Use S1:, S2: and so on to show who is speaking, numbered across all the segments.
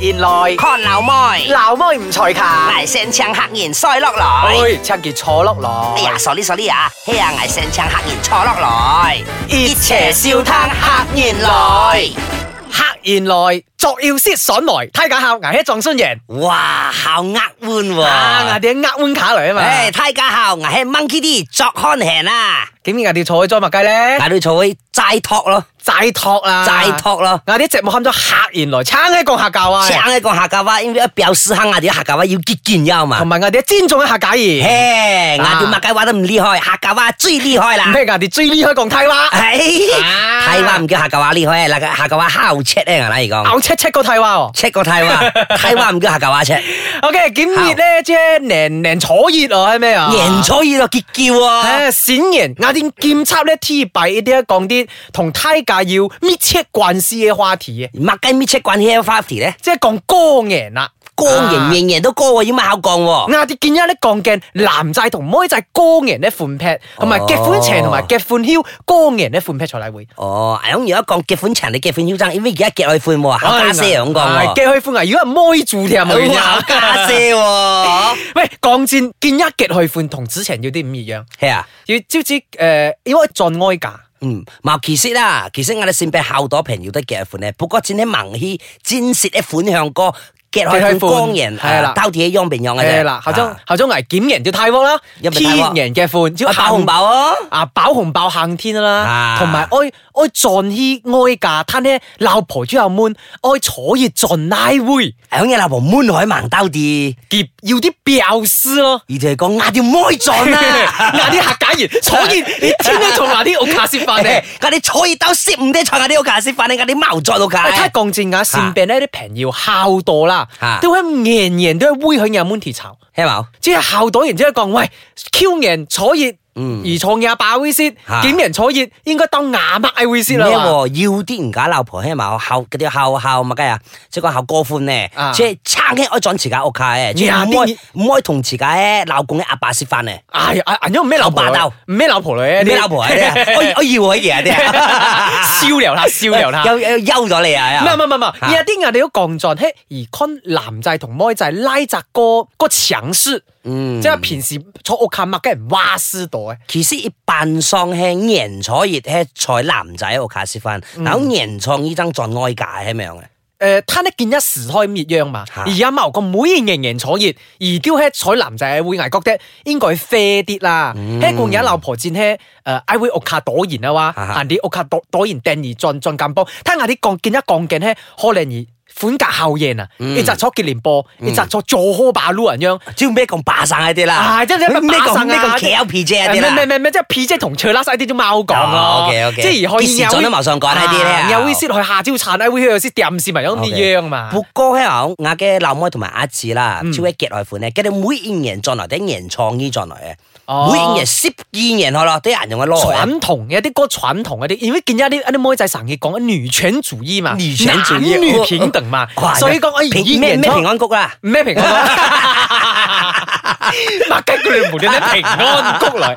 S1: 現來，
S2: 看老妹，
S1: 鬧妹唔才勤。
S2: 捱聲唱客言衰落來。
S1: 哎，趁件坐落
S2: 哎
S1: 來
S2: 呀，，傻啲傻啲啊！嘿呀，捱聲唱客言錯落來。
S1: 熱邪笑嘆客言來，客言來，作要先上來，睇下效牙一撞酸贏。
S2: 哇，好呃碗喎。
S1: 啊，牙啲呃碗卡嚟啊嘛，
S2: 唉，太家校牙係 monkey 啲作看行啊，
S1: 點解牙啲坐去裝麥雞咧？
S2: 但係做去齋托咯，
S1: 債托啊，
S2: 齋。托咯。
S1: 牙啲直冇喊咗客言來，撐喺個下教啊，
S2: 即係啱啱講客家話，因為表示下我哋客家話要結見優嘛
S1: 同。埋牙啲尊重一下假言。
S2: 嘿，我哋
S1: 啊
S2: 客家話都唔厲害，客家話最厲害啦。
S1: 咩牙啲追呢開講梯話，
S2: 係
S1: 啊
S2: 泰話唔叫客家話厲害，嗱客家話烤赤咧，我嚟講。
S1: 咬赤赤個梯話喎。
S2: 赤個泰話，泰話唔叫客家話赤，
S1: OK，檢熱咧，即係年年坐熱啊，係咩啊？
S2: 贏咗要落結叫
S1: 誒，
S2: 喎。
S1: 顯然雅典檢測咧 T 幣呢啲講啲同胎價要密切關係嘅話題嘅，
S2: 麥雞咪赤慣 hair party 咧，
S1: 即係講歌言啦。
S2: 歌型型型都歌喎，要乜考降喎？
S1: 雅典見一咧講嘅男仔同妹仔歌言咧款劈，同埋結款前同埋結款囂歌言咧款劈才嚟會。
S2: 哦，咁如果講結款長，你結款囂張，因為而家結外款喎，考家姐咁講
S1: 係
S2: 喎，
S1: 結去款啊！如果係妹住添咪
S2: 考家姐喎，
S1: 喂，講戰見一結去款同之前要啲唔一樣，
S2: 係啊。
S1: 要招知誒，因為盡哀價。
S2: 嗯，冇其實啦，其實我哋先俾好多朋友都結款咧，不過只係盲起真是一款向歌結開款光人，
S1: 係啦
S2: 到底一樣變樣嘅啫。
S1: 誒嗱，後中
S2: 啊
S1: 後中危檢人要太鍋啦，
S2: 因為太鍋
S1: 天人嘅款，只要
S2: 啊爆
S1: 行
S2: 紅爆啊！
S1: 啊，飽紅爆行天啦
S2: 啊，
S1: 同埋愛愛盡氣愛嫁攤呢，老婆之後悶，愛坐熱盡拉會，
S2: 響你老婆滿海盲兜啲，
S1: 結要啲表師咯。
S2: 而且講壓條妹 撞啦，
S1: 嗱啲客假言坐熱，你天天做埋啲屋卡先飯 咧。
S2: 嗰啲坐熱兜攝唔得坐嗰啲屋架先，反正嗰啲貓撞到架
S1: 喂，。睇降戰眼善病呢啲朋友孝道啦
S2: 啊，
S1: 都係年年都係會響有 m o n t 巢。
S2: 聽冇？
S1: 即係校到，然之後講喂，Q 人坐熱，
S2: 嗯
S1: 而坐廿八會先，
S2: 嚇
S1: 檢人坐熱應該當牙乜會先啦
S2: 咩
S1: 喎。
S2: 喎？要啲人家老婆聽冇？孝嗰啲孝孝乜嘅啊？即係講孝歌歡咧
S1: 啊，
S2: 即係撐起我撞自家屋企咧，即係
S1: 呀
S2: 唔
S1: 啲
S2: 可以唔可以同自家咧老公嘅阿爸食飯咧。
S1: 哎呀，啊啊因為咩老婆
S2: 老爸鬥
S1: 唔咩老婆女啊？
S2: 你 老婆嚟啊？我我以為嘢啊
S1: 燒油啦，燒
S2: 啲，
S1: 油啦。
S2: 又又休咗你啊！
S1: 唔係唔係唔係唔係，而家啲人哋都講咗，嘿，而 con 男仔同妹仔拉雜個個強勢，
S2: 嗯
S1: 即係平時坐屋企默嘅人蛙師度嘅，
S2: 其實一扮喪係年坐熱係在男仔屋企食飯，嗱年創呢張在外界係咪樣嘅？
S1: 誒，攤得見一時開滅樣嘛，
S2: 嚇
S1: 而家某個妹仍然坐熱，而叫喺坐男仔會捱覺得應該 fair 啲啦，喺共有老婆戰喺誒，I 會屋卡躲然啊哇，
S2: 嚇嚇
S1: 行啲屋卡躲躲然掟而進進咁波，睇下啲降見一降鏡咧，可能而款格效應啊，一集坐結連波，一集坐做呵把擼人樣。
S2: 知唔咩講霸散嗰啲啦？
S1: 啊，即係你
S2: 咩講咩講
S1: 啊
S2: K L P J 嗰啲
S1: 咩咩
S2: 啦？
S1: 咩咩，即係 P 姐同 c h l a s 啲都貓講咯
S2: 哦，OK，OK
S1: 即係而可以
S2: 結時咗都冇上講呢啲咧
S1: 啊有 V 先去下朝餐，有 V 先掂市民有啲
S2: OK
S1: 樣嘛。
S2: 不過喺我我嘅老妹同埋阿姊啦，超一結外款咧，佢哋每年在內定年創呢在內
S1: 哦
S2: 嘅，每年十二年去咯，啲人用嘅攞嚟。
S1: 傳統嘅啲歌傳統嘅啲，因為見一啲一啲妹仔成日講女權主義嘛，
S2: 女權主義
S1: 男女平等嘛
S2: 哇，
S1: 所以講哎
S2: 平咩咩平安谷啦。
S1: 咩平安 谷？麥雞佢哋無端端平安谷嚟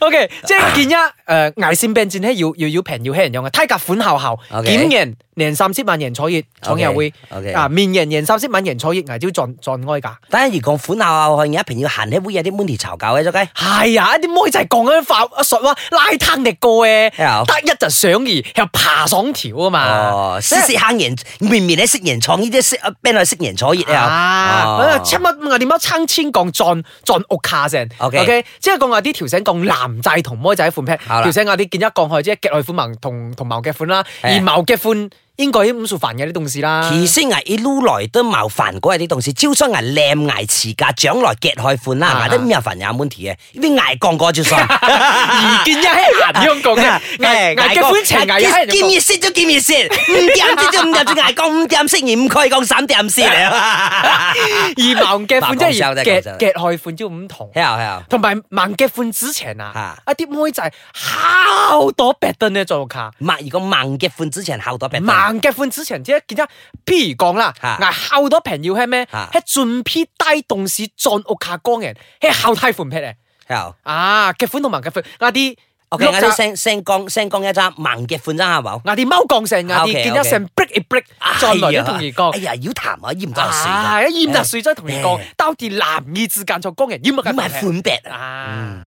S1: ，OK，即係見一誒危線病戰咧，要要要平要輕人用嘅，梯格款效效，
S2: OK
S1: 檢人年三千萬人坐熱，廠又會
S2: OK，OK
S1: 啊面人年三千萬人坐熱，危招撞撞哀㗎。
S2: 但係如講款後後而家平要行起會有啲 money 嘈交嘅咗雞。
S1: 係啊，啲妹仔講緊法一術話拉攤力過嘅，
S2: 係啊
S1: 得一就上而又爬上條啊嘛。
S2: 哦，
S1: 即
S2: 識
S1: 係
S2: 識坑人，明明咧識人創呢啲識邊度識人坐熱
S1: 啊！
S2: 啊？
S1: 我七乜我點樣撐千降撞撞屋卡先
S2: OK
S1: 即係講話啲條繩降男仔同妹仔款劈，
S2: 好啦
S1: 條繩嗰啲見一降去，即係夾去款盲同同矛嘅款啦，而
S2: 係
S1: 矛嘅款應該五數煩嘅啲東西啦。
S2: 其實捱一路來都冇煩過啲同事，招商捱靚捱持價，將來夾開款
S1: 啊
S2: 啦，捱得咩煩也 money 嘅，呢啲捱降 過招商。
S1: 而見一係顏香港 嘅，捱捱嘅款情捱一係
S2: 兼熱先都兼熱先，五點先都五點先捱降五點先，而唔可以降三點 先。
S1: 而矛嘅款即係
S2: 嗱講笑啫
S1: 夾
S2: 講笑啫
S1: 夾去款都唔同。
S2: 係啊係啊，
S1: 同埋盲嘅款之前啊，一
S2: 嚇
S1: 啲妹仔好多白燈咧做卡。
S2: 盲如果盲夾款之前後多病。
S1: 盲嘅款之前即係見得，譬如講啦，
S2: 嚇
S1: 嗱後多朋友係咩？
S2: 嚇
S1: 係盡批低動市撞屋下光人，係後太款劈嚟。
S2: 係啊。
S1: 啊，嘅款同盲嘅款，啱啲
S2: OK，
S1: 碌
S2: 我
S1: 就
S2: 啲聲聲降聲降一揸，盲嘅款揸係冇？
S1: 牙啲踎降成牙啲，
S2: 啊 OK，
S1: 見一
S2: OK 哎
S1: 成 break a break，再來
S2: à?
S1: 一同而降
S2: 哎。呀，要談啊，要唔得
S1: 啊，
S2: 事。
S1: 一淹入水真係同你講
S2: 哎，
S1: 到底男兒之間作工人淹乜
S2: 唔
S1: 嘅
S2: 係款白
S1: À.
S2: 啊！
S1: 啊！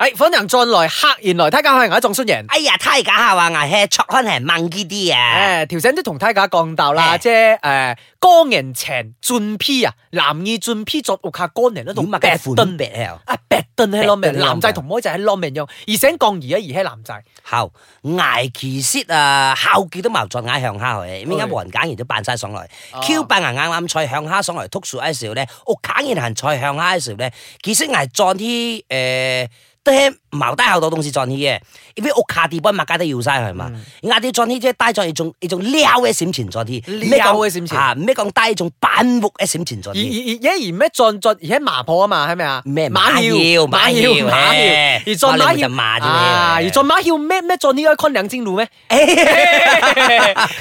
S1: 哎，歡迎進來客人來，睇下係我一種宣言。
S2: 哎呀，太假下話牙吃戳可能係猛啲啲啊！
S1: 誒，條聲都同睇下講到啦，
S2: 哎
S1: 即係誒，江人情轉 P 啊，男兒轉 P 作屋下江人嗰
S2: 要
S1: 度
S2: 乜
S1: 白
S2: 嘅款
S1: 盾
S2: 白係啊？
S1: 啊，白盾係攞命，
S2: 白盾係攞命
S1: 男仔同妹仔係攞命用，而且降而一而係男仔，
S2: 後挨其舌啊，後記都矛在嗌向蝦去，點解冇人揀完都扮晒上來
S1: 哎哦
S2: ？Q 扮牙啱啱菜向蝦上來吐樹嘅時候咧，我揀完行菜向蝦嘅時候咧，其實挨撞啲誒。都係矛低後到東西撞啲嘅，因為屋卡地幫物家都要晒係
S1: 嗯
S2: 嘛，嗌啲撞啲即係低撞一種一種撩嘅閃前撞啲，
S1: 撩嘅閃前
S2: 啊，唔咩講低一種板木嘅閃前撞
S1: 而而 而
S2: 啲，
S1: 而而咩進進而係麻婆啊嘛，係咪啊？
S2: 咩
S1: 馬
S2: 馬
S1: 耀
S2: 耀
S1: 馬
S2: 馬
S1: 耀
S2: 耀
S1: 馬耀
S2: 哎，
S1: 而進
S2: 哇
S1: 馬
S2: 你咪就
S1: 耀
S2: 罵咗你
S1: 啊，
S2: 哎
S1: 而進馬耀咩咩進呢個昆兩精路咩？哎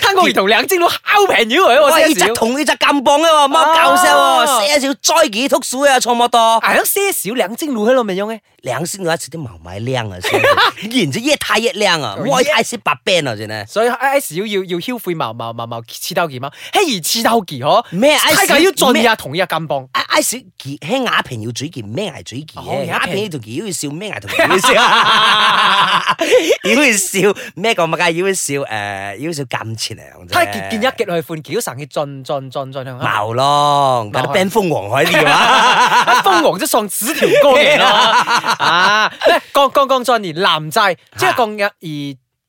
S1: 香港兒童兩精佬烤平咗佢
S2: 哇！
S1: 喎，
S2: 呢
S1: 些
S2: 隻
S1: 少。
S2: 同呢隻咁磅嘅喎，冇搞笑
S1: 哦
S2: 喎，些少災幾篤鼠啊，錯冇多。
S1: 係咯，些少兩精佬喺度咪用嘅，
S2: 兩先我一次都冇買靚啊，先然之後一太一 靚啊，
S1: 哦
S2: 我太識白 band 啊，真係。
S1: 所以 I S 要要要消費毛毛毛毛刺刀劍啊，嘿而刺刀劍嗬，
S2: 咩
S1: 係
S2: IC
S1: 咁要進
S2: 咩
S1: 呀同一金棒。
S2: I I 小杰喺瓦平要嘴杰咩啊牙嘴杰
S1: 哦
S2: 咧？
S1: 雅
S2: 瓦
S1: 萍
S2: 平呢條杰要笑咩啊牙同杰要笑？ 妖要笑咩講乜㗎？妖要笑誒，妖笑啊咁前嚟。
S1: 睇見見一極去款橋，成日進進進進 向下。
S2: 矛咯，
S1: 矛
S2: 嗰
S1: 啊
S2: 啲 band 風王海 啲啊！
S1: 瘋狂即喪紙條歌嚟咯， 啊！咩剛剛剛進而男仔，即
S2: 啊
S1: 係講日而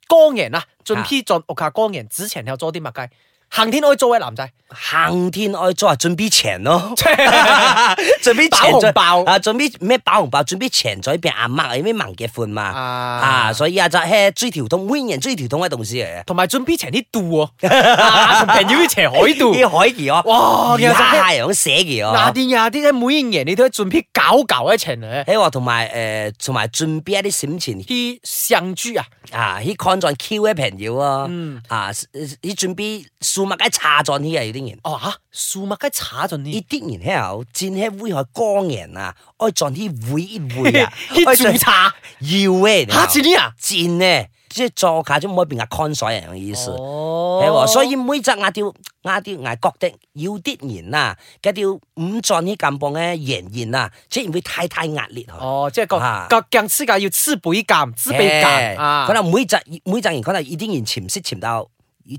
S1: 光人啊，進 P 進屋下光人，之前有做啲乜雞？行天可以做位男仔，
S2: 行天愛做啊，準備 錢咯，準備
S1: 包紅包
S2: 啊，準備咩包紅包，準備錢在邊阿媽，因為盲嘅款嘛，
S1: 啊
S2: 啊，所以啊就係追條通，每人追條通嘅同事嚟
S1: 同埋進 P 前啲度喎，啊同平要斜海
S2: 嘅，
S1: 度。
S2: 啲海兒哦，
S1: 哇其實真係
S2: 呀有寫嘅
S1: 嗱
S2: 哦，
S1: 啲呀啲咧，每一年你都喺進 P 搞搞一啊程咧，
S2: 喺話同埋誒同埋準備一啲閃錢
S1: 啲上珠啊，
S2: 啊，啲 con 狀 Q 嘅朋友啊
S1: 嗯，
S2: 啊，啲準備數物嘅茶狀啲啊，有啲人。
S1: 哦嚇，數物雞查進
S2: 呢
S1: 啲，，
S2: 啲人喺度戰喺威害光人啊，愛撞啲會會啊
S1: 啲
S2: 愛
S1: 註冊
S2: 要诶，
S1: 嚇住啲啊，
S2: 贱呢，即係坐下咗唔可以變阿 con 水人嘅意思。係喎
S1: 哦
S2: 哎所以每隻牙雕牙雕牙角的要啲然啊，嗰條五臟啲咁磅咧炎炎啊，即係唔會太太壓裂去。
S1: 哦，即係
S2: 啊
S1: 個個更世界要黐背鑑，黐背鑑
S2: 嘿
S1: 啊
S2: 哎可，能每隻每隻人可能已經然潛色潛到。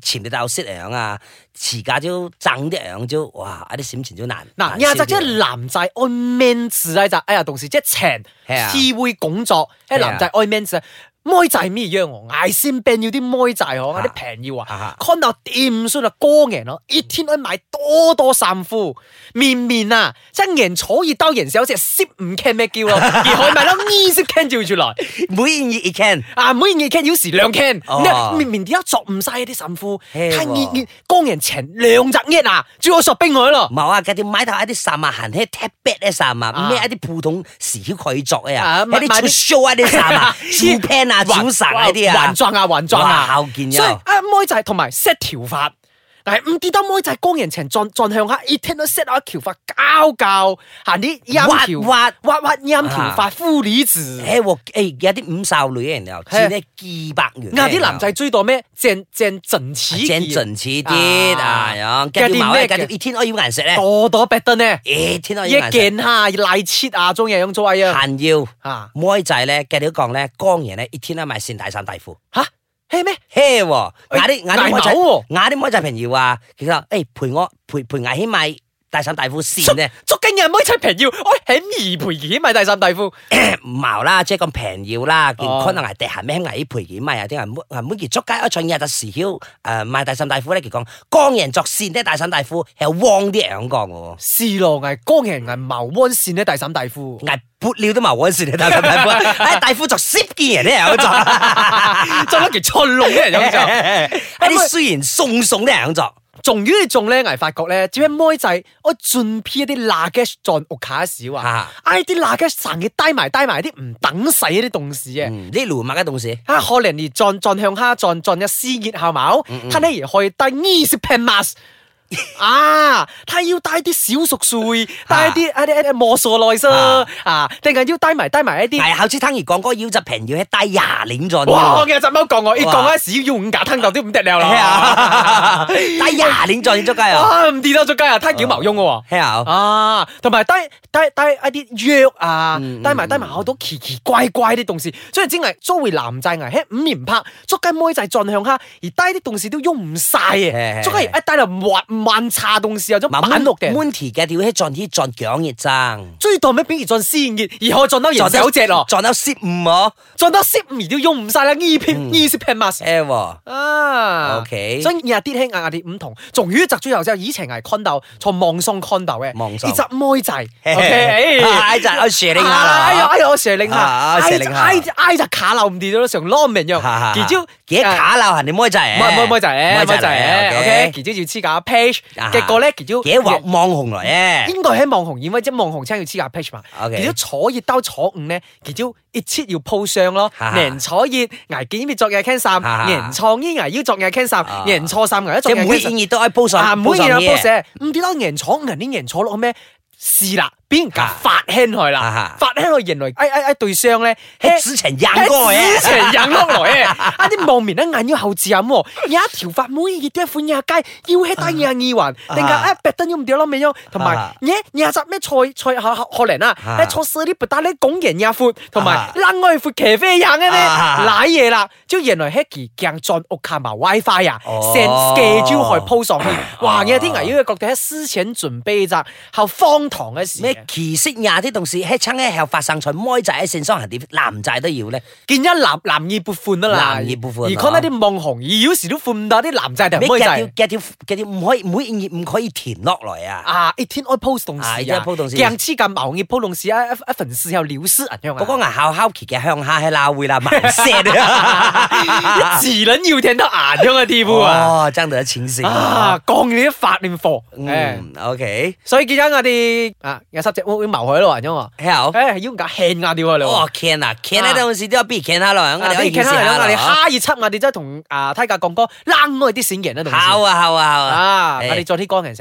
S2: 潛到色樣啊，持家招爭啲樣招，哇！一啲閃前招難。
S1: 嗱，
S2: 難
S1: 廿
S2: 消
S1: 隻即
S2: 啲
S1: 係男仔愛 man 字咧就，哎呀，同時即係情
S2: 係啊
S1: 私會工作，誒
S2: 係啊
S1: 男仔愛 man 字，妹仔咩樣我嗌先 ban 要啲妹仔嗬，
S2: 啊
S1: 啲平要
S2: 啊
S1: 啊
S2: 啊，
S1: 看到掂算啦，過年咯，一天可以買多多衫褲，面面啊，真人坐熱兜人時有隻攝唔 can 咩叫咯， 而可以買到二十 can 照住來。
S2: 每人熱 can。
S1: 啊，每件 can 有時兩 can，
S2: 哦
S1: 你面面點解作唔晒啲衫褲？
S2: 係喎
S1: 太熱熱，光人情兩隻熱啊，最好索冰佢咯。
S2: 冇啊，嗰啲買頭一啲衫啊，行起踢 b a t 啲衫
S1: 啊
S2: 啊，咩一啲普通時髦佢作嘅
S1: 啊
S2: 啊，一
S1: 買
S2: 啲
S1: 買啲
S2: 出 show 一啲衫 啊，
S1: 啲
S2: 主 pen 啊，
S1: 還
S2: 主神嗰啲
S1: 還
S2: 啊，
S1: 裝啊，還裝啊，
S2: 哇後見
S1: 所以
S2: 有
S1: 啊，妹仔同埋 set 條髮，但係唔記得妹仔光人情撞撞向下，一聽到 set 啊條髮交教，行啲音
S2: 滑
S1: 條
S2: 滑。
S1: 滑滑音條髮夫里子。
S2: 誒喎，誒有啲五少女嘅人又
S1: 係
S2: 錢咧幾百元，
S1: 嗌啲男仔追到咩？正正盡似
S2: 正盡似啲
S1: 啊
S2: 啊，咁
S1: 有
S2: 跟
S1: 啲
S2: 住冇
S1: 咩
S2: 咧，
S1: 嘅
S2: 跟住一天我要顏色咧，
S1: 多多白燈呢，
S2: 誒天我
S1: 一
S2: 要顏色，
S1: 件下賴切啊，中嘢樣做啊樣
S2: 閒要
S1: 啊
S2: 妹仔咧，跟住講咧，光人咧一天咧買線大衫大褲。
S1: 吓係咩？
S2: 嘿喎，
S1: 哎
S2: 嗌啲嗌
S1: 挨
S2: 啲妹
S1: 手喎
S2: 仔，嗌啲妹仔朋友啊，其實誒陪我陪陪牙希買大衫大褲線咧。
S1: 捉緊人妹仔平要，我喺二陪幾買第三大褲。
S2: 唔矛啦，即係咁平要啦，健
S1: 哦
S2: 康能係地下咩危賠件嘛，有啲人每啊每件捉街一唱日就時曉誒賣大衫大褲咧，佢講江人作線啲大衫大褲係汪啲樣講嘅
S1: 是咯，危江人危茅灣線呢，第三大夫。
S2: 喎，捱撥料都冇嗰線啲大衫大褲，誒大褲作 ship 件人啲樣 作，
S1: 就攞條春龍嘅人 咁就，
S2: 一啲雖然送送啲樣作，
S1: 仲要你仲咧，危發覺咧，只咩妹仔，我盡 P 一啲辣嘅撞屋卡少啊，
S2: 嚇，
S1: 唉啲辣嘅成日低埋低埋啲唔等使啲動事嘅。
S2: 嗯呢路物嘅東西，
S1: 啊，可 能而撞撞向下撞撞一絲熱後冇，睇你而可以低二十 pen mask，啊，他要帶啲小熟碎，帶啲一啲一啲磨傻內啫
S2: 啊
S1: 啊，定係要帶埋帶埋一啲。
S2: 係好似聽而講嗰個腰就平要喺低廿年咗呢
S1: 哇！我
S2: 喎。
S1: 嘅隻貓講我，一
S2: 哇
S1: 講開屎要五架吞到啲五滴 尿
S2: 係
S1: 啦
S2: 啊，， 低廿年咗呢足雞啊，
S1: 啊唔掂啦，做雞啊，太繳毛翁喎。
S2: 係啊，
S1: 啊，同埋低低低一啲藥啊，
S2: 嗯
S1: 低埋低埋好多奇奇怪怪啲東西，所以真係作為男仔危喺五年拍，捉雞妹仔撞向下，而低啲東西都用唔晒
S2: 係
S1: 嘅，
S2: 係
S1: 捉雞一低就滑慢查東西有種
S2: 嗱
S1: 板落嘅。
S2: ，Monty 嘅屌喺撞啲撞頸熱爭，
S1: 追到咩？比如撞先熱，而可以撞到人手隻咯，
S2: 撞到蝕五我
S1: 撞到十二都用唔晒啦，二片二十片 mask。
S2: ，L 喎。
S1: 啊
S2: OK
S1: 所以日啲輕壓啲唔同，仲要集最後之後，以前係 condo，從網送 condo 嘅，
S2: 網送
S1: 呢隻妹仔
S2: OK，
S1: ，OK，à?
S2: 哎就我 sharing 下啦，
S1: 哎呀哎呀，我蛇令下，
S2: 啊
S1: 挨
S2: 蛇
S1: 隻
S2: 令下
S1: 挨隻挨隻卡漏唔掂咗，成攞命樣，結招
S2: 幾卡鬧人哋妹仔，
S1: 妹妹妹仔，妹仔，OK，
S2: ，OK，
S1: 結招要黐架 page，
S2: 啊
S1: 結果咧結招
S2: 幾網網紅來嘅，
S1: 應該喺網紅演威，即係網紅青要黐架 page 嘛。
S2: OK
S1: 結果坐熱兜坐五咧，結果熱切要 po 相咯
S2: 哈。哈
S1: 人坐熱捱幾面作日 can 衫
S2: 哈，哈
S1: 人坐衣捱腰作日 can 衫
S2: 啊，
S1: 人坐衫捱一作
S2: 即
S1: 日
S2: 係
S1: can
S2: 每
S1: 衫
S2: 件。嘢都可以 po
S1: 啊，
S2: 上
S1: 唔好
S2: po
S1: 嘢
S2: 上
S1: 啦
S2: 啲嘢，
S1: ，boss，唔記得人坐人啲人坐落咩？是啦，俾人家
S2: 啊
S1: 發輕佢
S2: 啊
S1: 啦
S2: 哈，
S1: 發輕佢原來哎哎哎對傷咧，
S2: 喺之前
S1: 一
S2: 扔 過
S1: 之
S2: 嘅，
S1: 前引落來嘅，啊啲網面咧眼要後置飲喎，有一條髮妹熱啲款廿街，要喺單廿二環，定解啊白燈要唔掉咯咩樣，同埋
S2: 啊
S1: 耶廿集咩菜菜下可能啊，
S2: 啊
S1: 咧坐死啲白打咧拱人廿闊，同埋
S2: 啊
S1: 冷外闊騎啡人嘅咧，
S2: 啊
S1: 賴嘢啦，即係原來 Hacky 鏡進屋卡埋 WiFi à. 啊，
S2: 哦
S1: 成 schedule 去 po 上去，哇！
S2: 哦
S1: 有啲危險嘅角度喺思前準備咋，後荒唐嘅事。
S2: 咩奇色廿啲同事喺親喺後發生在妹仔喺線上人哋男仔都要咧，
S1: 見一男男二撥款得啦，
S2: 男二撥款
S1: 而 con 啲網紅，而有時都款唔到啲男仔定
S2: 咩
S1: 妹
S2: 嘅條
S1: 仔
S2: 嘅條嘅條唔可以每件嘢唔可以填落來啊，
S1: 啊！一天愛 post 動事
S2: 啊
S1: 啊，
S2: 一天 post 動事
S1: 鏡黐架毛熱 post 動事啊，一一份事又了事人樣
S2: 嗰個
S1: 啊！
S2: 牙孝孝奇嘅鄉下喺鬧會啦，盲聲啊，
S1: 一自撚要聽得牙樣嘅 T V 啊！
S2: 哦，爭到一錢先，
S1: 啊，講你啲法念課，誒，
S2: 嗯，OK，
S1: 所以見緊我哋啊，有濕隻烏烏毛海咯，人因喎，
S2: 喺後。
S1: 誒，啊要唔搞 hand 壓掉啊你喎
S2: 哦，can 啊，can
S1: 啊
S2: 呢陣時都有必 can 下啦，我
S1: 啊！
S2: 哋可以
S1: 你
S2: 見
S1: 睇
S2: 識
S1: 下
S2: 下
S1: 啦，你
S2: 啦。
S1: 下熱輯我哋真係同啊梯架講歌，冷開啲閃人啊，同時
S2: 好啊，好啊，好啊。
S1: 啊，我
S2: 誒
S1: 哋再啲光人先。